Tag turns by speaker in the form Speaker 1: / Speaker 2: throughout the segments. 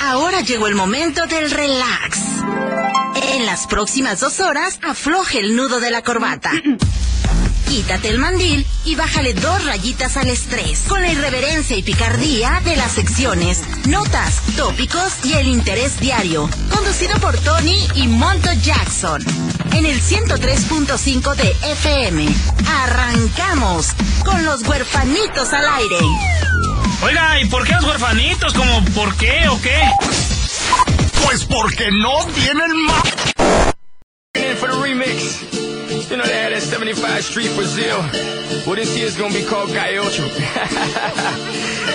Speaker 1: Ahora llegó el momento del relax. En las próximas dos horas, afloje el nudo de la corbata. Quítate el mandil y bájale dos rayitas al estrés con la irreverencia y picardía de las secciones, notas, tópicos y el interés diario, conducido por Tony y Monto Jackson. En el 103.5 de FM, arrancamos con los huerfanitos al aire.
Speaker 2: Oiga, ¿y por qué los huerfanitos? ¿Como por qué o qué?
Speaker 3: Pues porque no tienen más.
Speaker 4: And for the remix, you know they had that 75 Street Brazil. Well, this year's gonna be called Calle Ocho.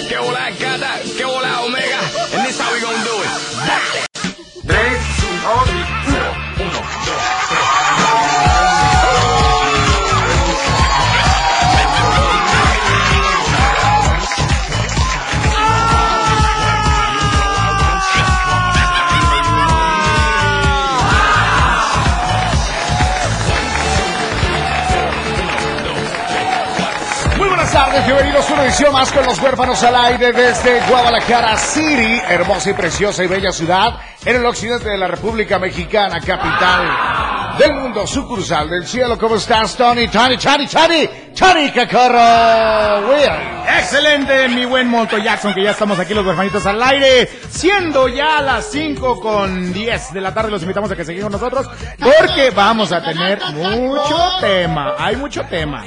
Speaker 4: que hola, gata, que hola, omega. And this how we gonna do it.
Speaker 5: Muy buenas tardes, bienvenidos a una edición más con los huérfanos al aire desde Guadalajara City, hermosa y preciosa y bella ciudad en el occidente de la República Mexicana, capital del mundo, sucursal del cielo. ¿Cómo estás, Tony? Tony, Tony, Tony, Tony Cacorro, Will.
Speaker 6: Excelente, mi buen Monto Jackson, que ya estamos aquí los huerfanitos al aire, siendo ya las 5 con 10 de la tarde, los invitamos a que sigan con nosotros, porque vamos a tener mucho tema, hay mucho tema.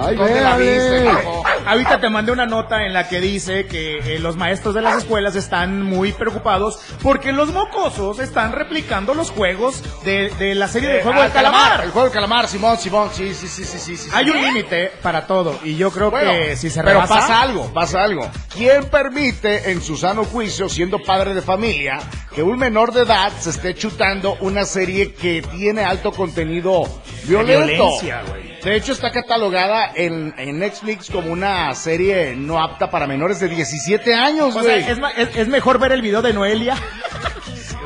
Speaker 5: Ay,
Speaker 6: ¿Dónde la viste,
Speaker 5: véale.
Speaker 6: papo? Ahorita te mandé una nota en la que dice que eh, los maestros de las escuelas están muy preocupados porque los mocosos están replicando los juegos de, de la serie de Juego
Speaker 5: Ah,
Speaker 6: del Calamar.
Speaker 5: El juego del calamar, Simón, Simón, sí, sí, sí, sí, sí. sí.
Speaker 6: Hay un límite para todo y yo creo
Speaker 5: ¿Eh? Bueno,
Speaker 6: que si se
Speaker 5: pero
Speaker 6: rebasa
Speaker 5: pasa algo, pasa algo. ¿Quién permite en su sano juicio, siendo padre de familia, que un menor de edad se esté chutando una serie que tiene alto contenido violento?
Speaker 6: violencia, güey.
Speaker 5: De hecho, está catalogada en, en Netflix como una serie no apta para menores de 17 años,
Speaker 6: O sea,
Speaker 5: güey.
Speaker 6: es, ma- es- es mejor ver el video de Noelia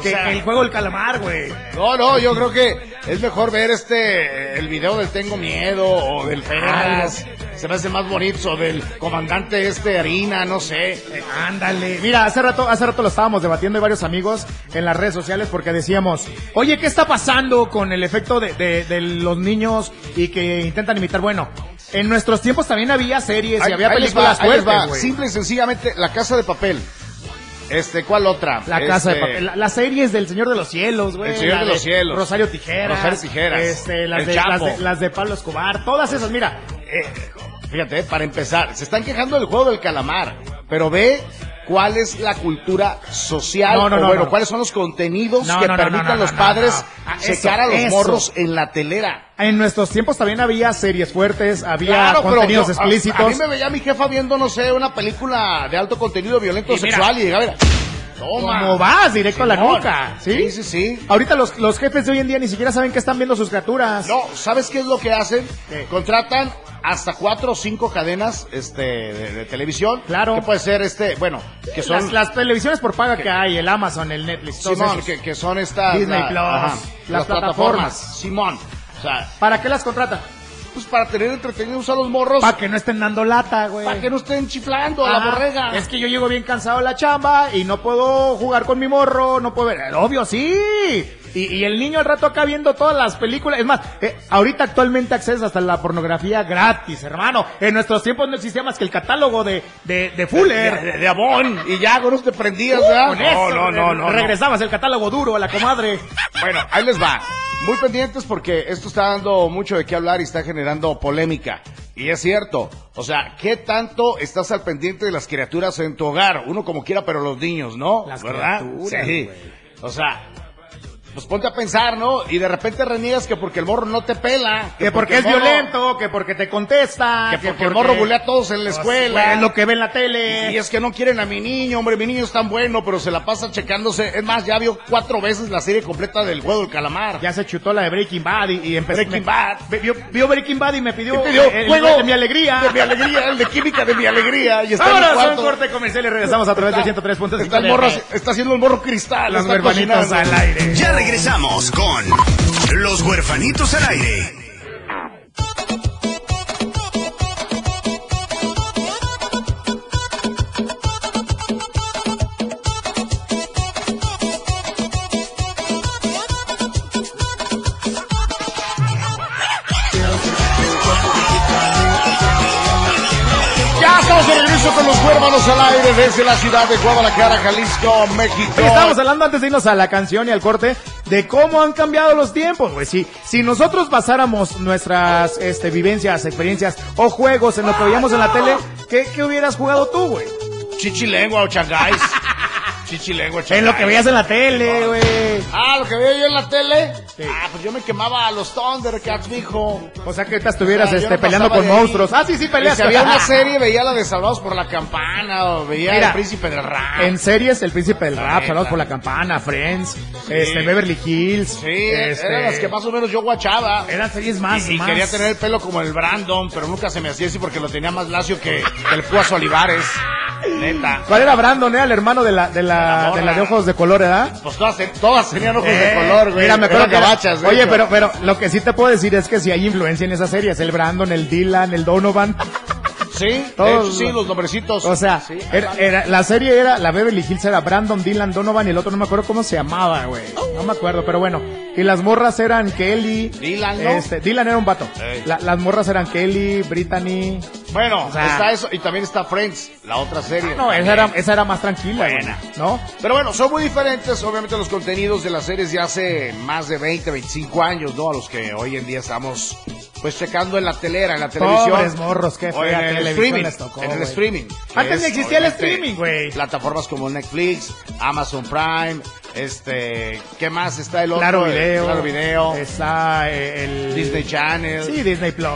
Speaker 6: que
Speaker 5: sea-
Speaker 6: que el juego del calamar, güey.
Speaker 5: No, no, yo creo que es mejor ver este, el video del Tengo Miedo o del Ferraz. Se me hace más bonito, o del comandante este harina, no sé.
Speaker 6: Eh, Ándale. Mira, hace rato, hace rato lo estábamos debatiendo y varios amigos en las redes sociales porque decíamos, oye, ¿qué está pasando con el efecto de, de- de los niños y que intentan imitar? Bueno, en nuestros tiempos también había series y
Speaker 5: Ahí-
Speaker 6: había
Speaker 5: ahí les
Speaker 6: películas
Speaker 5: va, ahí les
Speaker 6: fuertes,
Speaker 5: va.
Speaker 6: güey.
Speaker 5: Simple y sencillamente, La Casa de Papel. Este, ¿cuál otra?
Speaker 6: La casa
Speaker 5: Este,
Speaker 6: de papel. La- las series del Señor de los Cielos, güey.
Speaker 5: El Señor
Speaker 6: La
Speaker 5: de los Cielos.
Speaker 6: Rosario Tijeras.
Speaker 5: Rosario Tijeras.
Speaker 6: Este, las,
Speaker 5: El
Speaker 6: de, las,
Speaker 5: Chapo.
Speaker 6: de, las de Pablo Escobar. Todas esas, mira.
Speaker 5: Fíjate, eh, para empezar, se están quejando del juego del calamar, pero ve cuál es la cultura social,
Speaker 6: No, no,
Speaker 5: o
Speaker 6: no,
Speaker 5: bueno,
Speaker 6: no.
Speaker 5: cuáles son los contenidos
Speaker 6: No,
Speaker 5: que
Speaker 6: no, no,
Speaker 5: permitan
Speaker 6: no,
Speaker 5: a
Speaker 6: no,
Speaker 5: los
Speaker 6: no,
Speaker 5: padres
Speaker 6: no. Ah, eso,
Speaker 5: secar a los
Speaker 6: eso.
Speaker 5: morros en la telera.
Speaker 6: En nuestros tiempos también había series fuertes, había
Speaker 5: Claro, pero
Speaker 6: contenidos
Speaker 5: yo- a-
Speaker 6: explícitos.
Speaker 5: A, mí me veía mi jefa viendo, no sé, una película de alto contenido violento sexual y llegaba, mira, toma.
Speaker 6: Como vas, directo a la
Speaker 5: Simón.
Speaker 6: nuca, ¿sí?
Speaker 5: Sí, sí, sí.
Speaker 6: Ahorita los, los jefes de hoy en día ni siquiera saben que están viendo sus criaturas.
Speaker 5: No, ¿sabes qué es lo que hacen?
Speaker 6: ¿Qué?
Speaker 5: Contratan hasta cuatro o cinco cadenas este, de, de televisión.
Speaker 6: Claro.
Speaker 5: Que puede ser este, bueno, que son.
Speaker 6: las, las televisiones por paga que hay, el Amazon, el Netflix, todos
Speaker 5: Simón,
Speaker 6: esos.
Speaker 5: que, que son estas.
Speaker 6: Disney
Speaker 5: la-
Speaker 6: Plus,
Speaker 5: ajá,
Speaker 6: las plataformas.
Speaker 5: Simón. O sea,
Speaker 6: ¿Para qué las contratan?
Speaker 5: pues para tener entretenidos a los morros.
Speaker 6: Para que no estén dando lata, güey.
Speaker 5: Para que no estén chiflando a la
Speaker 6: Ajá.
Speaker 5: borrega.
Speaker 6: Ah, Es que yo llego bien cansado de la chamba y no puedo jugar con mi morro, no puedo ver. Eh, Obvio, sí. Y, y el niño al rato acá viendo todas las películas. Es más, eh, ahorita actualmente accedes hasta la pornografía gratis, hermano. En nuestros tiempos no existía más que el catálogo de, de, de Fuller. Uh,
Speaker 5: de, de- de abón. Y ya, con eso te prendías, ¿verdad?
Speaker 6: Con eso,
Speaker 5: no, no, no, no. no.
Speaker 6: Regresabas el catálogo duro a la comadre.
Speaker 5: Bueno, ahí les va. Muy pendientes porque esto está dando mucho de qué hablar y está generando polémica. Y es cierto. O sea, ¿qué tanto estás al pendiente de las criaturas en tu hogar? Uno como quiera, pero los niños, ¿no?
Speaker 6: Las
Speaker 5: ¿Verdad?
Speaker 6: criaturas,
Speaker 5: sí.
Speaker 6: güey.
Speaker 5: O sea, pues ponte a pensar, ¿no? Y de repente reniegas que porque el morro no te pela.
Speaker 6: Que
Speaker 5: el
Speaker 6: porque es
Speaker 5: morro-
Speaker 6: violento, que porque te contesta. Pues,
Speaker 5: Que porque el morro bulea a todos en la escuela.
Speaker 6: Es lo que ve en la tele.
Speaker 5: Y es que no quieren a mi niño, hombre, mi niño es tan bueno, pero se la pasa checándose. Es más, ya vio cuatro veces la serie completa del juego del calamar.
Speaker 6: Ya se chutó la de Breaking Bad y, y empezó.
Speaker 5: Breaking
Speaker 6: me-
Speaker 5: Bad.
Speaker 6: ve- Vio, vio Breaking Bad y me pidió,
Speaker 5: Te pidió
Speaker 6: el- el
Speaker 5: juego
Speaker 6: de mi alegría.
Speaker 5: De mi alegría, el de química de mi alegría. Y está en el
Speaker 6: Vámonos a un
Speaker 5: cuarto.
Speaker 6: corte comercial y regresamos a través de
Speaker 5: Está-
Speaker 6: 103.5.
Speaker 5: Está, el
Speaker 6: de
Speaker 5: morro,
Speaker 6: FM.
Speaker 5: está haciendo el morro cristal.
Speaker 6: Los
Speaker 5: está
Speaker 6: huerfanitos
Speaker 5: cocinando.
Speaker 6: al aire.
Speaker 3: Ya regresamos con Los Huerfanitos al aire.
Speaker 5: con los huérfanos al aire desde la ciudad de Guadalajara, Jalisco, México.
Speaker 6: Oye, estábamos hablando antes de irnos a la canción y al corte de cómo han cambiado los tiempos, güey. Si, si nosotros basáramos nuestras este, vivencias, experiencias o juegos en lo que veíamos en la tele, ¿qué, qué hubieras jugado tú, güey?
Speaker 5: Chichilengua o changáis. Chichilengua, changáis.
Speaker 6: En lo que veías en la tele, güey.
Speaker 5: Ah, lo que veía yo en la tele.
Speaker 6: Sí.
Speaker 5: Ah, pues yo me quemaba a los Thundercats, mijo.
Speaker 6: O sea que ahorita estuvieras
Speaker 5: Ah, yo
Speaker 6: este,
Speaker 5: no
Speaker 6: peleando
Speaker 5: pasaba
Speaker 6: con
Speaker 5: de ahí.
Speaker 6: monstruos. Ah, sí, sí,
Speaker 5: Y
Speaker 6: peleas.
Speaker 5: Si había una serie, veía la de Salvados por la Campana, o veía
Speaker 6: Mira,
Speaker 5: El Príncipe del Rap.
Speaker 6: En series, El Príncipe del Rap,
Speaker 5: neta.
Speaker 6: Saludos por la Campana, Friends, este, Beverly Hills.
Speaker 5: Sí,
Speaker 6: este,
Speaker 5: eran las que más o menos yo guachaba.
Speaker 6: Eran series más,
Speaker 5: Y
Speaker 6: más.
Speaker 5: quería tener el pelo como el Brandon, pero nunca se me hacía así porque lo tenía más lacio que el Púas Olivares. Neta.
Speaker 6: ¿Cuál era Brandon, eh? El hermano de la, de la,
Speaker 5: morra.
Speaker 6: de la de ojos de color, ¿verdad?
Speaker 5: Pues todas, te- todas tenían ojos de
Speaker 6: Eh,
Speaker 5: color, güey.
Speaker 6: Mira, me acuerdo
Speaker 5: Eran
Speaker 6: que era-
Speaker 5: gabachas, de
Speaker 6: Oye,
Speaker 5: hecho.
Speaker 6: pero, pero lo que sí te puedo decir es que si hay influencia en esas series, el Brandon, el Dylan, el Donovan.
Speaker 5: Sí, de
Speaker 6: todos
Speaker 5: hecho, sí, los nombrecitos.
Speaker 6: O sea,
Speaker 5: Sí,
Speaker 6: era- era- la serie era, la Beverly Hills era Brandon, Dylan, Donovan y el otro no me acuerdo cómo se llamaba, güey. No me acuerdo, pero bueno. Y las morras eran Kelly.
Speaker 5: Dylan, ¿no?
Speaker 6: Este, Dylan era un vato.
Speaker 5: Ey.
Speaker 6: La- las morras eran Kelly, Brittany.
Speaker 5: Bueno,
Speaker 6: sea- Ah,
Speaker 5: está eso. Y también está Friends, la otra serie.
Speaker 6: No, esa era, esa era más tranquila, güey,
Speaker 5: Buena.
Speaker 6: ¿No?
Speaker 5: Pero bueno, son muy diferentes, obviamente, los contenidos de las series de hace más de 20, 25 años, ¿no? A los que hoy en día estamos, pues, checando en la telera, en la televisión.
Speaker 6: Pobres morros, qué
Speaker 5: O en
Speaker 6: fea
Speaker 5: el
Speaker 6: televisión
Speaker 5: streaming.
Speaker 6: les tocó,
Speaker 5: en el
Speaker 6: güey.
Speaker 5: streaming.
Speaker 6: Antes
Speaker 5: Es,
Speaker 6: ni existía el
Speaker 5: obviamente,
Speaker 6: streaming, güey.
Speaker 5: Plataformas como Netflix, Amazon Prime, este, ¿qué más está el otro?
Speaker 6: Claro
Speaker 5: El
Speaker 6: Video.
Speaker 5: Claro Video,
Speaker 6: Está eh, el...
Speaker 5: Disney Channel.
Speaker 6: Sí, Disney Plus.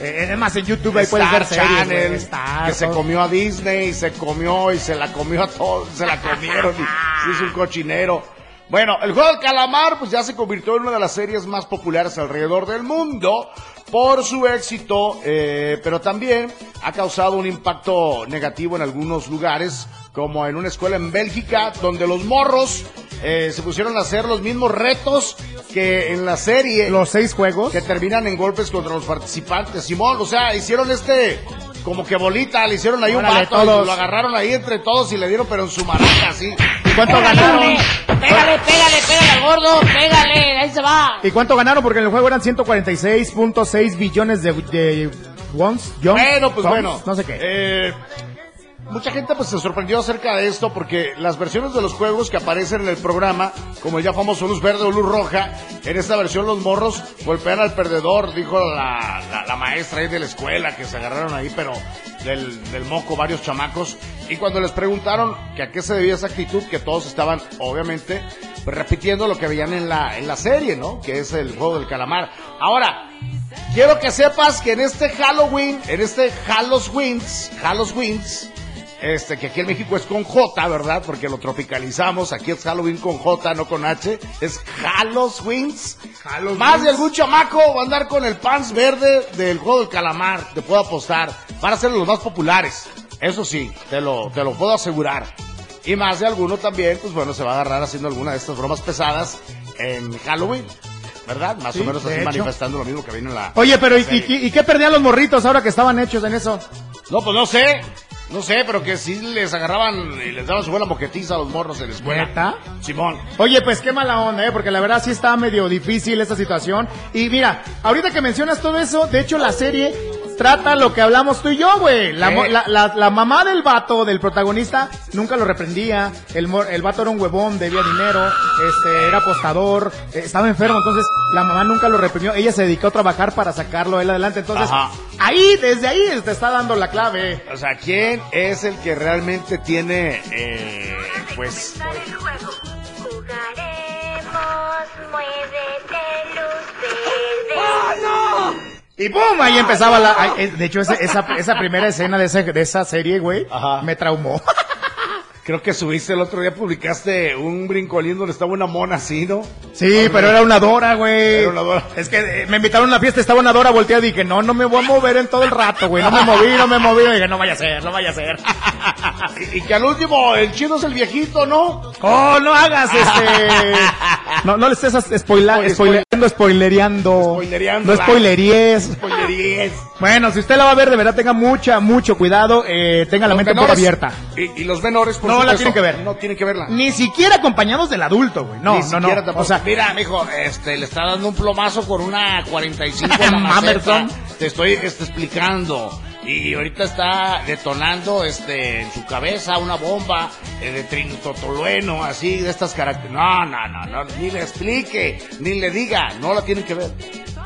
Speaker 6: Eh, además, en YouTube ahí puedes ver
Speaker 5: Star
Speaker 6: series,
Speaker 5: Channel,
Speaker 6: güey, Star,
Speaker 5: que se
Speaker 6: todo.
Speaker 5: comió a Disney, y se comió y se la comió a todos, se la comieron y se hizo un cochinero. Bueno, el juego del calamar pues ya se convirtió en una de las series más populares alrededor del mundo por su éxito, eh, pero también ha causado un impacto negativo en algunos lugares, como en una escuela en Bélgica donde los morros eh, se pusieron a hacer los mismos retos que en la serie
Speaker 6: Los seis juegos.
Speaker 5: que terminan en golpes contra los participantes. Simón, o sea, hicieron este como que bolita, le hicieron ahí un
Speaker 6: Órale,
Speaker 5: vato, y
Speaker 6: todos.
Speaker 5: lo agarraron ahí entre todos y le dieron pero en su maraca así.
Speaker 6: ¿Y cuánto ganaron?
Speaker 7: Pégale, pégale, pégale al gordo, pégale, ahí se va.
Speaker 6: ¿Y cuánto ganaron? Porque en el juego eran 146.6 billones de, de wons, yons,
Speaker 5: Bueno, pues
Speaker 6: tons,
Speaker 5: bueno.
Speaker 6: No sé qué.
Speaker 5: Eh, mucha gente pues se sorprendió acerca de esto porque las versiones de los juegos que aparecen en el programa, como el ya famoso luz verde o luz roja, en esta versión los morros golpean al perdedor, dijo la, la- la maestra ahí de la escuela que se agarraron ahí, pero del, del moco varios chamacos. Y cuando les preguntaron que a qué se debía esa actitud, que todos estaban obviamente pues, repitiendo lo que veían en la, en la serie, ¿no? Que es el juego del calamar. Ahora, Quiero que sepas que en este Halloween, en este Halloween, Halloween, este que aquí en México es con J, ¿verdad? Porque lo tropicalizamos, aquí es Halloween con J, no con H, es Halloween. Más de algún chamaco va a andar con el pants verde del juego del calamar, te puedo apostar. Van a ser los más populares, eso sí, te lo, te lo puedo asegurar. Y más de alguno también, pues bueno, se va a agarrar haciendo alguna de estas bromas pesadas en Halloween, ¿verdad? Más
Speaker 6: Sí,
Speaker 5: o menos
Speaker 6: de
Speaker 5: así
Speaker 6: hecho.
Speaker 5: manifestando lo mismo que viene en la,
Speaker 6: Oye, pero ¿y, y- y- y qué perdían los morritos ahora que estaban hechos en eso?
Speaker 5: No, pues no sé. No sé, pero que sí les agarraban y les daban su buena moquetiza a los morros en la escuela.
Speaker 6: ¿Neta?
Speaker 5: Simón.
Speaker 6: Oye, pues qué mala onda, ¿eh? Porque la verdad sí está medio difícil esta situación. Y mira, ahorita que mencionas todo eso, de hecho la serie trata lo que hablamos tú y yo, güey. La, mo-
Speaker 5: ¿Qué?
Speaker 6: la, la- la mamá del vato, del protagonista, nunca lo reprendía. El, mor- el vato era un huevón, debía dinero, este, era apostador, eh, estaba enfermo, entonces la mamá nunca lo reprimió. Ella se dedicó a trabajar para sacarlo él adelante. Entonces,
Speaker 5: Ajá.
Speaker 6: ahí, desde ahí te está dando la clave.
Speaker 5: O sea, ¿quién es el que realmente tiene, eh, pues...
Speaker 8: Jugaremos, muévete, luz verde.
Speaker 6: Y ¡pum! Ahí empezaba la... ay, eh, de hecho, ese- esa, esa primera escena de, ese- de esa serie, güey,
Speaker 5: Ajá.
Speaker 6: me traumó.
Speaker 5: Creo que subiste el otro día, publicaste un brincolín donde estaba una mona así, ¿no?
Speaker 6: Sí, pero era una Dora, güey.
Speaker 5: Era una Dora.
Speaker 6: Es que eh, me invitaron a una fiesta, estaba una Dora volteada y dije, no, no me voy a mover en todo el rato, güey. No me moví, no me moví. Y dije, no vaya a ser, no vaya a ser.
Speaker 5: Y, y que al último, el chido es el viejito, ¿no?
Speaker 6: Oh, no hagas este. No, no le estés as- spoila-
Speaker 5: Spoil-
Speaker 6: spoileando, spoilereando.
Speaker 5: Spoilereando,
Speaker 6: No
Speaker 5: va.
Speaker 6: spoileríes.
Speaker 5: Pollerías.
Speaker 6: Bueno, si usted la va a ver, de verdad, tenga mucha, mucho cuidado. Eh, tenga la mente un poco abierta.
Speaker 5: Y, y los menores, por
Speaker 6: No la
Speaker 5: supuesto,
Speaker 6: tienen que ver.
Speaker 5: No tienen que verla.
Speaker 6: Ni siquiera acompañados del adulto, güey. No,
Speaker 5: Ni
Speaker 6: no, no.
Speaker 5: siquiera tampoco.
Speaker 6: O sea,
Speaker 5: mira, mijo, este, le está dando un plomazo con una 45 a la
Speaker 6: Mamerson.
Speaker 5: maceta. Te estoy este, explicando.
Speaker 9: y ahorita está detonando este en su cabeza una bomba eh, de trinitotolueno, así de estas características. No, no, no, no, ni le explique, ni le diga, no la tienen que ver.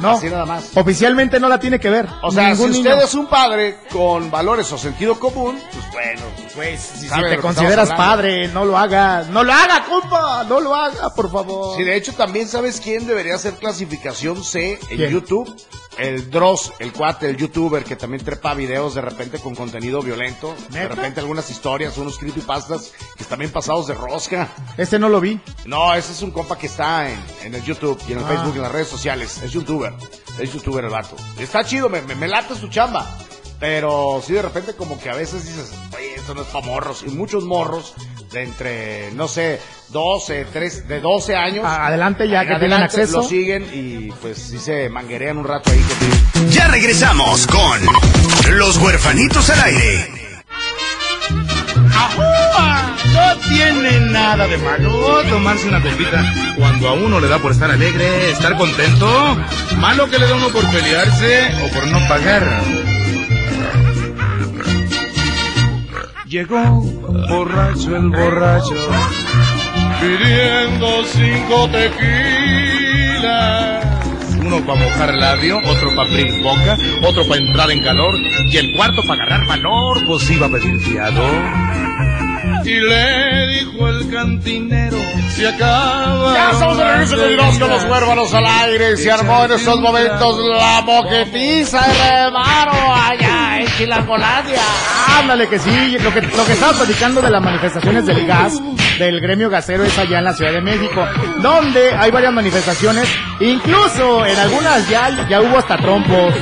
Speaker 6: No,
Speaker 9: Así nada más.
Speaker 6: oficialmente no la tiene que ver.
Speaker 9: O sea,
Speaker 6: Ningún
Speaker 9: si
Speaker 6: niño.
Speaker 9: usted es un padre con valores o sentido común, pues bueno, pues,
Speaker 6: Pues, si,
Speaker 9: sabe de lo
Speaker 6: te
Speaker 9: que
Speaker 6: consideras
Speaker 9: estamos hablando.
Speaker 6: padre, no lo hagas. No lo haga, compa. No lo haga, por favor.
Speaker 9: Sí, de hecho también sabes quién debería hacer clasificación C en
Speaker 6: ¿Quién?
Speaker 9: YouTube. El Dross, el cuate, el youtuber que también trepa videos de repente con contenido violento. De
Speaker 6: ¿Neta?
Speaker 9: repente algunas historias, unos creepypastas que están bien pasados de rosca.
Speaker 6: Este no lo vi.
Speaker 9: No, ese es un compa que está en, en el YouTube y en el
Speaker 6: Ah.
Speaker 9: Facebook, en las redes sociales. Es youtuber. Es youtuber el vato. Está chido, me, me, me late su chamba. Pero sí, de repente, como que a veces dices, oye, esto no es para morros. Y muchos morros de entre, no sé, 12, 3, de 12 años.
Speaker 6: A- adelante ya,
Speaker 9: en
Speaker 6: que tengan
Speaker 9: adelante
Speaker 6: acceso.
Speaker 9: Lo siguen y pues sí se manguerean un rato ahí contigo.
Speaker 3: Ya regresamos con Los Huerfanitos al aire.
Speaker 2: No tiene nada de malo tomarse una copita cuando a uno le da por estar alegre, estar contento. Malo que le da uno por pelearse o por no pagar. Llegó borracho el borracho pidiendo cinco tequilas. Uno para mojar labio, otro para abrir boca, otro para entrar en calor y el cuarto para agarrar valor, pues iba a pedir fiado. Y le dijo el cantinero, se acaba.
Speaker 5: Ya estamos de regreso con los, con los huérfanos al aire. Se armó en estos momentos la moquetiza, hermano. Allá en Chilangolandia.
Speaker 6: Ándale que sí, lo que, lo que estaba platicando de las manifestaciones del gas, del gremio gasero es allá en la Ciudad de México, donde hay varias manifestaciones, incluso en algunas ya, ya hubo hasta trompos.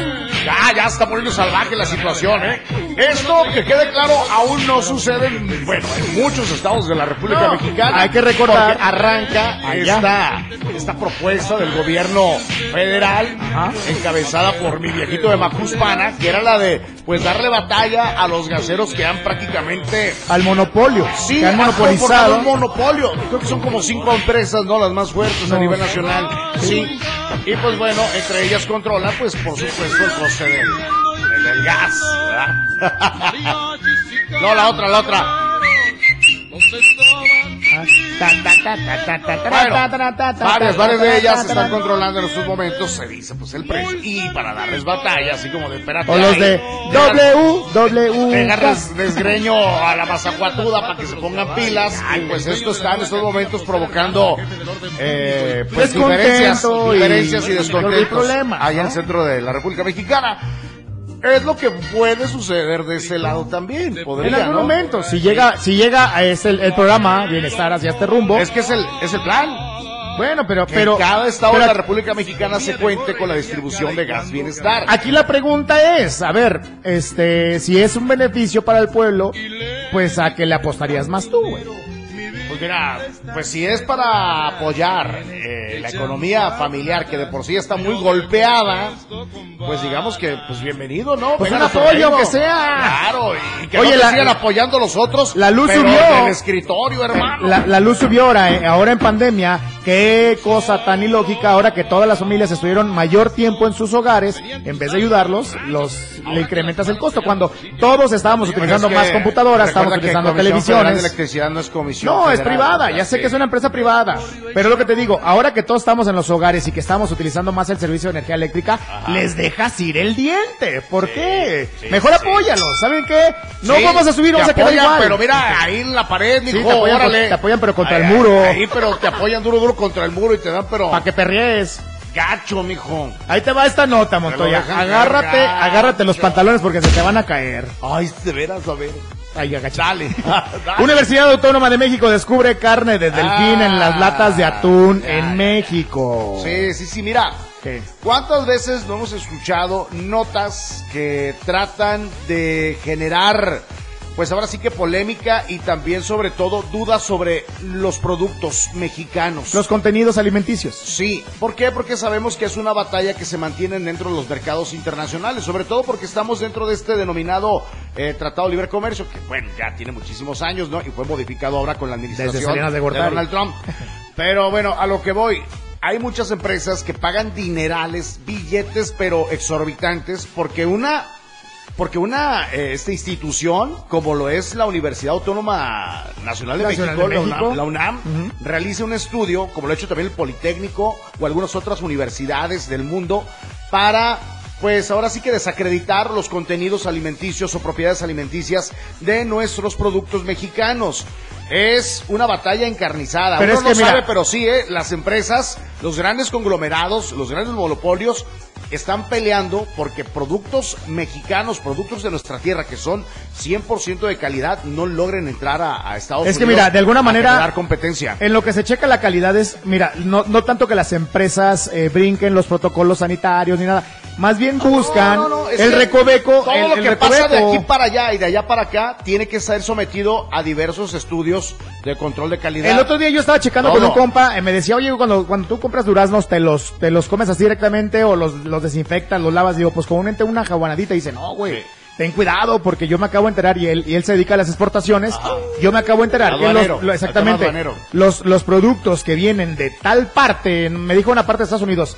Speaker 5: Ya, ya está poniendo salvaje la situación, ¿eh? Esto, que quede claro, aún no sucede en, bueno, en muchos estados de la República
Speaker 6: No,
Speaker 5: Mexicana.
Speaker 6: hay que recordar-
Speaker 5: Porque arranca
Speaker 6: Allá.
Speaker 5: esta, esta propuesta del gobierno federal,
Speaker 6: Ajá.
Speaker 5: encabezada por mi viejito de Macuspana, que era la de, pues, darle batalla a los gaseros que han prácticamente...
Speaker 6: Al monopolio,
Speaker 5: Sí, ah,
Speaker 6: que han
Speaker 5: conformado
Speaker 6: monopolizado.
Speaker 5: un monopolio. Creo que son como cinco empresas, ¿no? Las más fuertes a
Speaker 6: No.
Speaker 5: nivel nacional. Sí. Y pues bueno, entre ellas controla, pues por supuesto, el coste del, del- del gas, ¿verdad? no, la otra, la otra. Varias, varias de ellas están controlando en estos momentos, se dice, pues el precio. Y para darles batalla, así como de espérate.
Speaker 6: O los
Speaker 5: ahí,
Speaker 6: de
Speaker 5: dejar-
Speaker 6: W, W.
Speaker 5: Pegarles desgreño a la mazacuatuda para que se pongan pilas. Y pues esto está en estos momentos provocando eh, pues
Speaker 6: Descontento
Speaker 5: diferencias,
Speaker 6: y-
Speaker 5: diferencias y
Speaker 6: y
Speaker 5: descontentos
Speaker 6: problemas,
Speaker 5: allá en
Speaker 6: ¿no?
Speaker 5: el centro de la República Mexicana. Es lo que puede suceder de ese lado también.
Speaker 6: En
Speaker 5: Podría,
Speaker 6: algún
Speaker 5: ¿no?
Speaker 6: momento, si llega, si llega a ese- el programa Bienestar hacia este rumbo,
Speaker 5: Es que es el, es el plan.
Speaker 6: bueno, pero,
Speaker 5: Que
Speaker 6: pero,
Speaker 5: en cada estado
Speaker 6: pero
Speaker 5: de la República Mexicana se cuente con la distribución de gas bienestar.
Speaker 6: Aquí la pregunta es, a ver, este, si es un beneficio para el pueblo, pues a qué le apostarías más tú, güey.
Speaker 5: Pues mira, pues si es para apoyar eh, la economía familiar que de por sí está muy golpeada, pues digamos que pues bienvenido, ¿no?
Speaker 6: Pues
Speaker 5: Vengan
Speaker 6: un
Speaker 5: a su
Speaker 6: apoyo,
Speaker 5: reino.
Speaker 6: aunque sea.
Speaker 5: Claro, y que
Speaker 6: Oye,
Speaker 5: no te
Speaker 6: la-
Speaker 5: sigan apoyando los otros.
Speaker 6: la luz
Speaker 5: pero
Speaker 6: subió.
Speaker 5: del escritorio, hermano. Pues
Speaker 6: La, la luz subió ahora, eh, ahora en pandemia, qué cosa tan ilógica ahora que todas las familias estuvieron mayor tiempo en sus hogares, en vez de ayudarlos, los le incrementas el costo cuando todos estábamos utilizando
Speaker 5: Bueno, es
Speaker 6: más
Speaker 5: que
Speaker 6: computadoras, estábamos
Speaker 5: recuerda que
Speaker 6: utilizando
Speaker 5: Comisión Federal de
Speaker 6: televisiones.
Speaker 5: electricidad no es comisión.
Speaker 6: No, es
Speaker 5: federal,
Speaker 6: privada,
Speaker 5: ¿verdad?
Speaker 6: ya sé que es
Speaker 5: Sí.
Speaker 6: una empresa privada, pero lo que te digo, ahora que todos estamos en los hogares y que estamos utilizando más el servicio de energía eléctrica, les dejas ir el diente. ¿Por qué? Mejor apóyalos, ¿saben qué? No
Speaker 5: Sí,
Speaker 6: vamos a subir,
Speaker 5: te
Speaker 6: vamos a quedar
Speaker 5: apoyan,
Speaker 6: igual.
Speaker 5: Pero mira, ahí en la pared,
Speaker 6: Sí,
Speaker 5: mijo,
Speaker 6: te apoyan,
Speaker 5: órale.
Speaker 6: te apoyan, pero contra el
Speaker 5: Ahí,
Speaker 6: muro.
Speaker 5: Ahí, pero te apoyan duro, duro contra el muro y te dan, pero
Speaker 6: para que perries.
Speaker 5: gacho, mijo.
Speaker 6: Ahí te va esta nota, Montoya.
Speaker 5: dejan
Speaker 6: Agárrate,
Speaker 5: cargar.
Speaker 6: agárrate los pantalones porque se te van a caer.
Speaker 5: Ay, de veras, a ver.
Speaker 6: Ay, agachate.
Speaker 5: Dale.
Speaker 6: Universidad Autónoma de México descubre carne de delfín en las latas de atún en México.
Speaker 5: Ah, Sí, sí, sí, mira.
Speaker 6: ¿Qué?
Speaker 5: ¿Cuántas veces no hemos escuchado notas que tratan de generar, pues ahora sí que polémica y también sobre todo dudas sobre los productos mexicanos?
Speaker 6: Los contenidos alimenticios.
Speaker 5: Sí, ¿por qué? Porque sabemos que es una batalla que se mantiene dentro de los mercados internacionales, sobre todo porque estamos dentro de este denominado eh, Tratado de Libre Comercio, que bueno, ya tiene muchísimos años, ¿no? Y fue modificado ahora con la
Speaker 6: Desde
Speaker 5: administración
Speaker 6: Salinas de Gortari.
Speaker 5: Donald Trump. Pero bueno, a lo que voy, hay muchas empresas que pagan dinerales, billetes, pero exorbitantes, porque una Porque una eh, esta institución, como lo es la Universidad Autónoma Nacional de
Speaker 6: Nacional
Speaker 5: México,
Speaker 6: de
Speaker 5: la UNAM-
Speaker 6: México.
Speaker 5: la UNAM, realiza un estudio, como lo ha hecho también el Politécnico o algunas otras universidades del mundo, para, pues ahora sí que desacreditar los contenidos alimenticios o propiedades alimenticias de nuestros productos mexicanos. Es una batalla encarnizada.
Speaker 6: Pero
Speaker 5: Uno
Speaker 6: es que
Speaker 5: no
Speaker 6: mira-
Speaker 5: sabe, pero sí, ¿eh? las empresas, los grandes conglomerados, los grandes monopolios están peleando porque productos mexicanos, productos de nuestra tierra que son 100% de calidad, no logren entrar a, a Estados Unidos.
Speaker 6: Es que mira, de alguna
Speaker 5: a
Speaker 6: manera-
Speaker 5: generar competencia.
Speaker 6: En lo que se checa la calidad es, mira, no, no tanto que las empresas eh, brinquen los protocolos sanitarios ni nada, más bien buscan
Speaker 5: Ah, No, no, no, es
Speaker 6: el
Speaker 5: que
Speaker 6: recoveco.
Speaker 5: Todo
Speaker 6: el-
Speaker 5: lo
Speaker 6: el
Speaker 5: que pasa de
Speaker 6: recoveco.
Speaker 5: aquí para allá y de allá para acá tiene que ser sometido a diversos estudios de control de calidad.
Speaker 6: El otro día yo estaba checando
Speaker 5: Todo.
Speaker 6: con un compa, eh, me decía, oye, cuando, cuando tú compras duraznos, te los, te los comes así directamente o los, los desinfectas, los lavas, digo, pues comúnmente una jaguanadita, y dice, no, güey. Ten cuidado porque yo me acabo de enterar y él, y él se dedica a las exportaciones. Yo me acabo de enterar que
Speaker 5: Aduanero,
Speaker 6: los, lo- exactamente
Speaker 5: el tema aduanero.
Speaker 6: los, los productos que vienen de tal parte, me dijo una parte de Estados Unidos,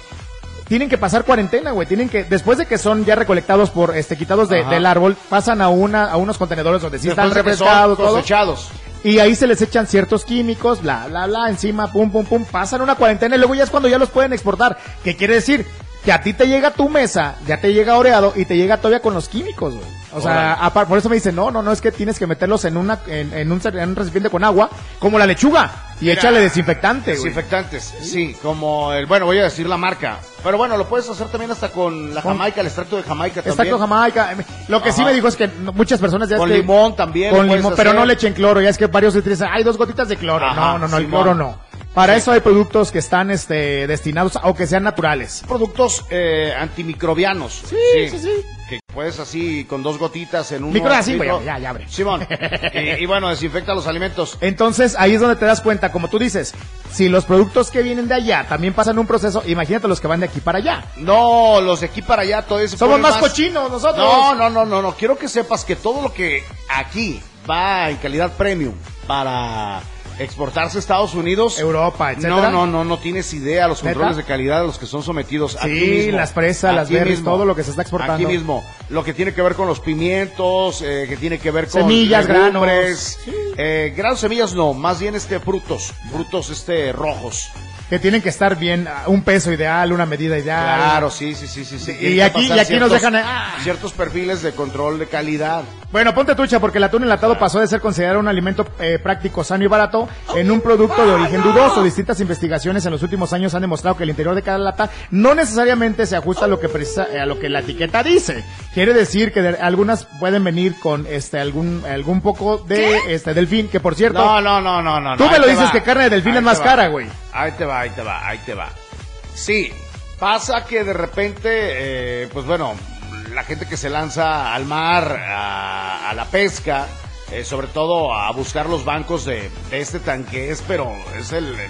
Speaker 6: tienen que pasar cuarentena, güey. Tienen que después de que son ya recolectados por este quitados de-
Speaker 5: Ajá.
Speaker 6: del árbol, pasan a una a unos contenedores donde sí
Speaker 5: Después
Speaker 6: están
Speaker 5: de que son
Speaker 6: refrescados, todo.
Speaker 5: cosechados.
Speaker 6: Y ahí se les echan ciertos químicos, bla, bla, bla, encima, pum, pum, pum, pasan una cuarentena y luego ya es cuando ya los pueden exportar. ¿Qué quiere decir? Que a ti te llega a tu mesa, ya te llega oreado y te llega todavía con los químicos, güey. O sea, apar- por eso me dicen, no, no, no, es que tienes que meterlos en una, en, en un, cer- en un recipiente con agua, como la lechuga, y échale desinfectante, güey.
Speaker 5: Desinfectantes, sí, como el, bueno, voy a decir la marca. Pero bueno, lo puedes hacer también hasta con la
Speaker 6: Con-
Speaker 5: Jamaica, el extracto de Jamaica también.
Speaker 6: Exacto, Jamaica. eh, Lo que sí
Speaker 5: Ajá.
Speaker 6: me dijo es que no- muchas personas ya es
Speaker 5: Con
Speaker 6: que-
Speaker 5: limón también lo
Speaker 6: Con
Speaker 5: puedes
Speaker 6: limón, pero
Speaker 5: hacer.
Speaker 6: no le echen cloro. Ya es que varios utilizan, hay dos gotitas de cloro.
Speaker 5: Ajá,
Speaker 6: no, no, no, el
Speaker 5: Simón.
Speaker 6: cloro no. Para eso hay productos que están este, destinados o que sean naturales.
Speaker 5: productos eh, antimicrobianos. Sí,
Speaker 6: sí, sí.
Speaker 5: Que puedes así con dos gotitas en un.
Speaker 6: Micro así, güey, ya, ya abre.
Speaker 5: Simón. y, y bueno, desinfecta los alimentos.
Speaker 6: Entonces ahí es donde te das cuenta, como tú dices, si los productos que vienen de allá también pasan un proceso, imagínate los que van de aquí para allá.
Speaker 5: No, los de aquí para allá, todo eso.
Speaker 6: Somos más cochinos nosotros.
Speaker 5: No, no, no, no, no. Quiero que sepas que todo lo que aquí va en calidad premium para exportarse a Estados Unidos.
Speaker 6: Europa, etcétera.
Speaker 5: No, no, no, no tienes idea los
Speaker 6: ¿Neta?
Speaker 5: controles de calidad a los que son sometidos
Speaker 6: Sí,
Speaker 5: aquí mismo,
Speaker 6: las presas, las
Speaker 5: aquí
Speaker 6: berries,
Speaker 5: mismo,
Speaker 6: todo lo que se está exportando.
Speaker 5: Aquí mismo, lo que tiene que ver con los pimientos, eh, que tiene que ver con
Speaker 6: Semillas,
Speaker 5: legumbres,
Speaker 6: granos.
Speaker 5: eh, granos, semillas no, más bien este frutos, frutos este rojos.
Speaker 6: Que tienen que estar bien, ah, un peso ideal, una medida ideal.
Speaker 5: Claro, sí, sí, sí, sí. sí.
Speaker 6: Y
Speaker 5: Tiene que
Speaker 6: aquí-
Speaker 5: pasar
Speaker 6: y aquí nos dejan, ah.
Speaker 5: ciertos perfiles de control de calidad.
Speaker 6: Bueno, ponte trucha porque el atún enlatado pasó de ser considerado un alimento eh, práctico, sano y barato en un producto de origen dudoso. Distintas investigaciones en los últimos años han demostrado que el interior de cada lata no necesariamente se ajusta a lo que precisa- eh, a lo que la etiqueta dice. Quiere decir que de- algunas pueden venir con este algún algún poco de este delfín, que por cierto,
Speaker 5: No, no, no, no, no.
Speaker 6: Tú
Speaker 5: no,
Speaker 6: me
Speaker 5: ahí
Speaker 6: lo
Speaker 5: te
Speaker 6: dices que carne de delfín
Speaker 5: Ahí
Speaker 6: es más
Speaker 5: te
Speaker 6: cara, güey.
Speaker 5: Ahí te va, ahí te va, ahí te va. Sí, pasa que de repente, eh, pues bueno, la gente que se lanza al mar, a, a la pesca, eh, sobre todo a buscar los bancos de, de este tanqués, pero es el, el,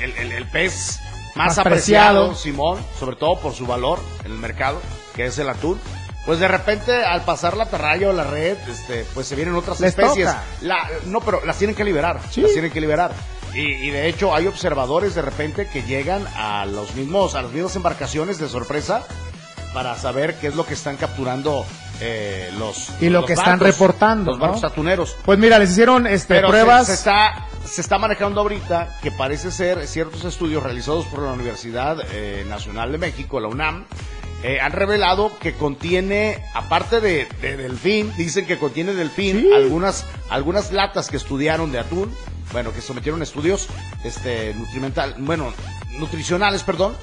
Speaker 5: el- el- el pez más,
Speaker 6: Más
Speaker 5: apreciado,
Speaker 6: preciado.
Speaker 5: Simón, sobre todo por su valor en el mercado, que es el atún. Pues de repente, al pasar la atarraya o la red, este, pues se vienen otras
Speaker 6: Les
Speaker 5: especies.
Speaker 6: toca.
Speaker 5: La- no, pero las tienen que liberar. Las tienen que liberar. Y, y de hecho hay observadores de repente que llegan a los mismos, a las mismas embarcaciones de sorpresa para saber qué es lo que están capturando eh, los
Speaker 6: Y lo
Speaker 5: los
Speaker 6: que están
Speaker 5: barcos,
Speaker 6: reportando,
Speaker 5: los barcos
Speaker 6: ¿no?
Speaker 5: atuneros.
Speaker 6: pues mira, les hicieron este
Speaker 5: Pero se-
Speaker 6: pruebas.
Speaker 5: se, está se está manejando ahorita que parece ser ciertos estudios realizados por la Universidad eh, Nacional de México, la UNAM, eh, han revelado que contiene, aparte de, de delfín, dicen que contiene delfín algunas algunas latas que estudiaron de atún, bueno, que sometieron a estudios este nutrimental, bueno, nutricionales, perdón.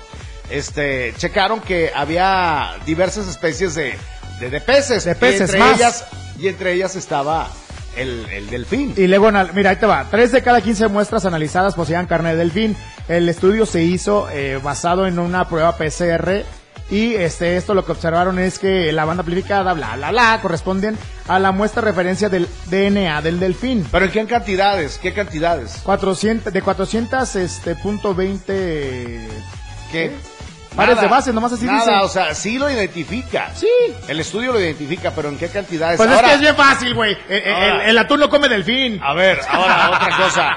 Speaker 5: Este, checaron que había diversas especies de, de, de peces,
Speaker 6: De
Speaker 5: y
Speaker 6: peces,
Speaker 5: entre
Speaker 6: más.
Speaker 5: ellas y entre ellas estaba el, el delfín.
Speaker 6: Y luego, anal- mira, ahí te va. Tres de cada 15 muestras analizadas poseían carne de delfín. El estudio se hizo eh, basado en una prueba PCR. Y este, esto lo que observaron es que la banda amplificada, bla, bla, bla, corresponden a la muestra referencia del DNA del delfín.
Speaker 5: ¿Pero en qué cantidades? ¿Qué cantidades?
Speaker 6: 400, de 400, este, punto 20.
Speaker 5: ¿Qué?
Speaker 6: Pares
Speaker 5: Nada,
Speaker 6: de bases, nomás así
Speaker 5: nada,
Speaker 6: dice.
Speaker 5: o sea, sí lo identifica.
Speaker 6: Sí.
Speaker 5: El estudio lo identifica, pero ¿en qué cantidades?
Speaker 6: Pues es
Speaker 5: Ahora-
Speaker 6: que es bien fácil, güey. El, el-
Speaker 5: Ahora.
Speaker 6: el atún no come delfín.
Speaker 5: A ver, ahora otra cosa.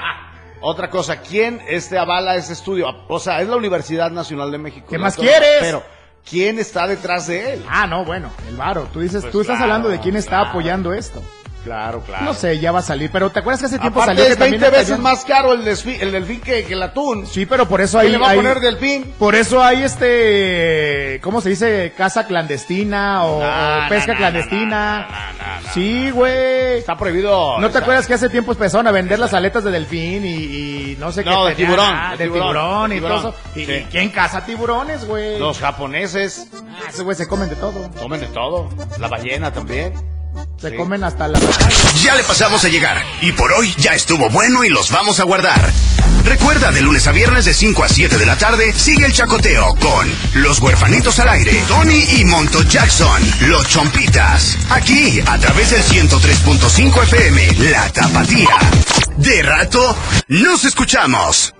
Speaker 5: Otra cosa, ¿quién este avala ese estudio? O sea, es la Universidad Nacional de México.
Speaker 6: ¿Qué
Speaker 5: ¿no?
Speaker 6: más
Speaker 5: Todo-
Speaker 6: quieres?
Speaker 5: Pero, quién está detrás de él.
Speaker 6: Ah, no, bueno, el varo. Tú dices,
Speaker 5: Pues
Speaker 6: tú estás
Speaker 5: claro,
Speaker 6: hablando de quién está
Speaker 5: claro.
Speaker 6: apoyando esto.
Speaker 5: Claro, claro.
Speaker 6: No sé, ya va a salir, pero ¿te acuerdas que hace tiempo
Speaker 5: Aparte
Speaker 6: salió
Speaker 5: es
Speaker 6: que también
Speaker 5: 20
Speaker 6: le
Speaker 5: veces
Speaker 6: cayó-
Speaker 5: más caro el, desfi- el delfín que, que el atún.
Speaker 6: Sí, pero por eso
Speaker 5: ¿Quién
Speaker 6: hay,
Speaker 5: le va a
Speaker 6: hay-
Speaker 5: poner delfín?
Speaker 6: por eso hay este, ¿cómo se dice? Casa clandestina o
Speaker 5: No,
Speaker 6: pesca
Speaker 5: no, no,
Speaker 6: clandestina.
Speaker 5: no, no, no, no.
Speaker 6: sí, güey.
Speaker 5: Está prohibido.
Speaker 6: ¿No te
Speaker 5: Está-
Speaker 6: acuerdas que hace tiempo empezaron a vender las aletas de delfín y, y no sé qué?
Speaker 5: No, de
Speaker 6: tenía?
Speaker 5: tiburón,
Speaker 6: Ah,
Speaker 5: de
Speaker 6: de
Speaker 5: tiburón,
Speaker 6: tiburón,
Speaker 5: de
Speaker 6: y
Speaker 5: tiburón.
Speaker 6: todo eso. ¿Y,
Speaker 5: Sí.
Speaker 6: y quién caza tiburones, güey?
Speaker 5: Los japoneses
Speaker 6: Ah, esos güey se comen de todo.
Speaker 5: comen de todo. La ballena también.
Speaker 6: Se
Speaker 5: Sí.
Speaker 6: comen hasta la...
Speaker 3: Ya le pasamos a llegar y por hoy ya estuvo bueno y los vamos a guardar. Recuerda de lunes a viernes de 5 a 7 de la tarde, sigue el chacoteo con Los Huerfanitos al Aire, Tony y Monto Jackson, Los Chompitas, aquí a través del 103.5 FM, La Tapatía. De rato, nos escuchamos.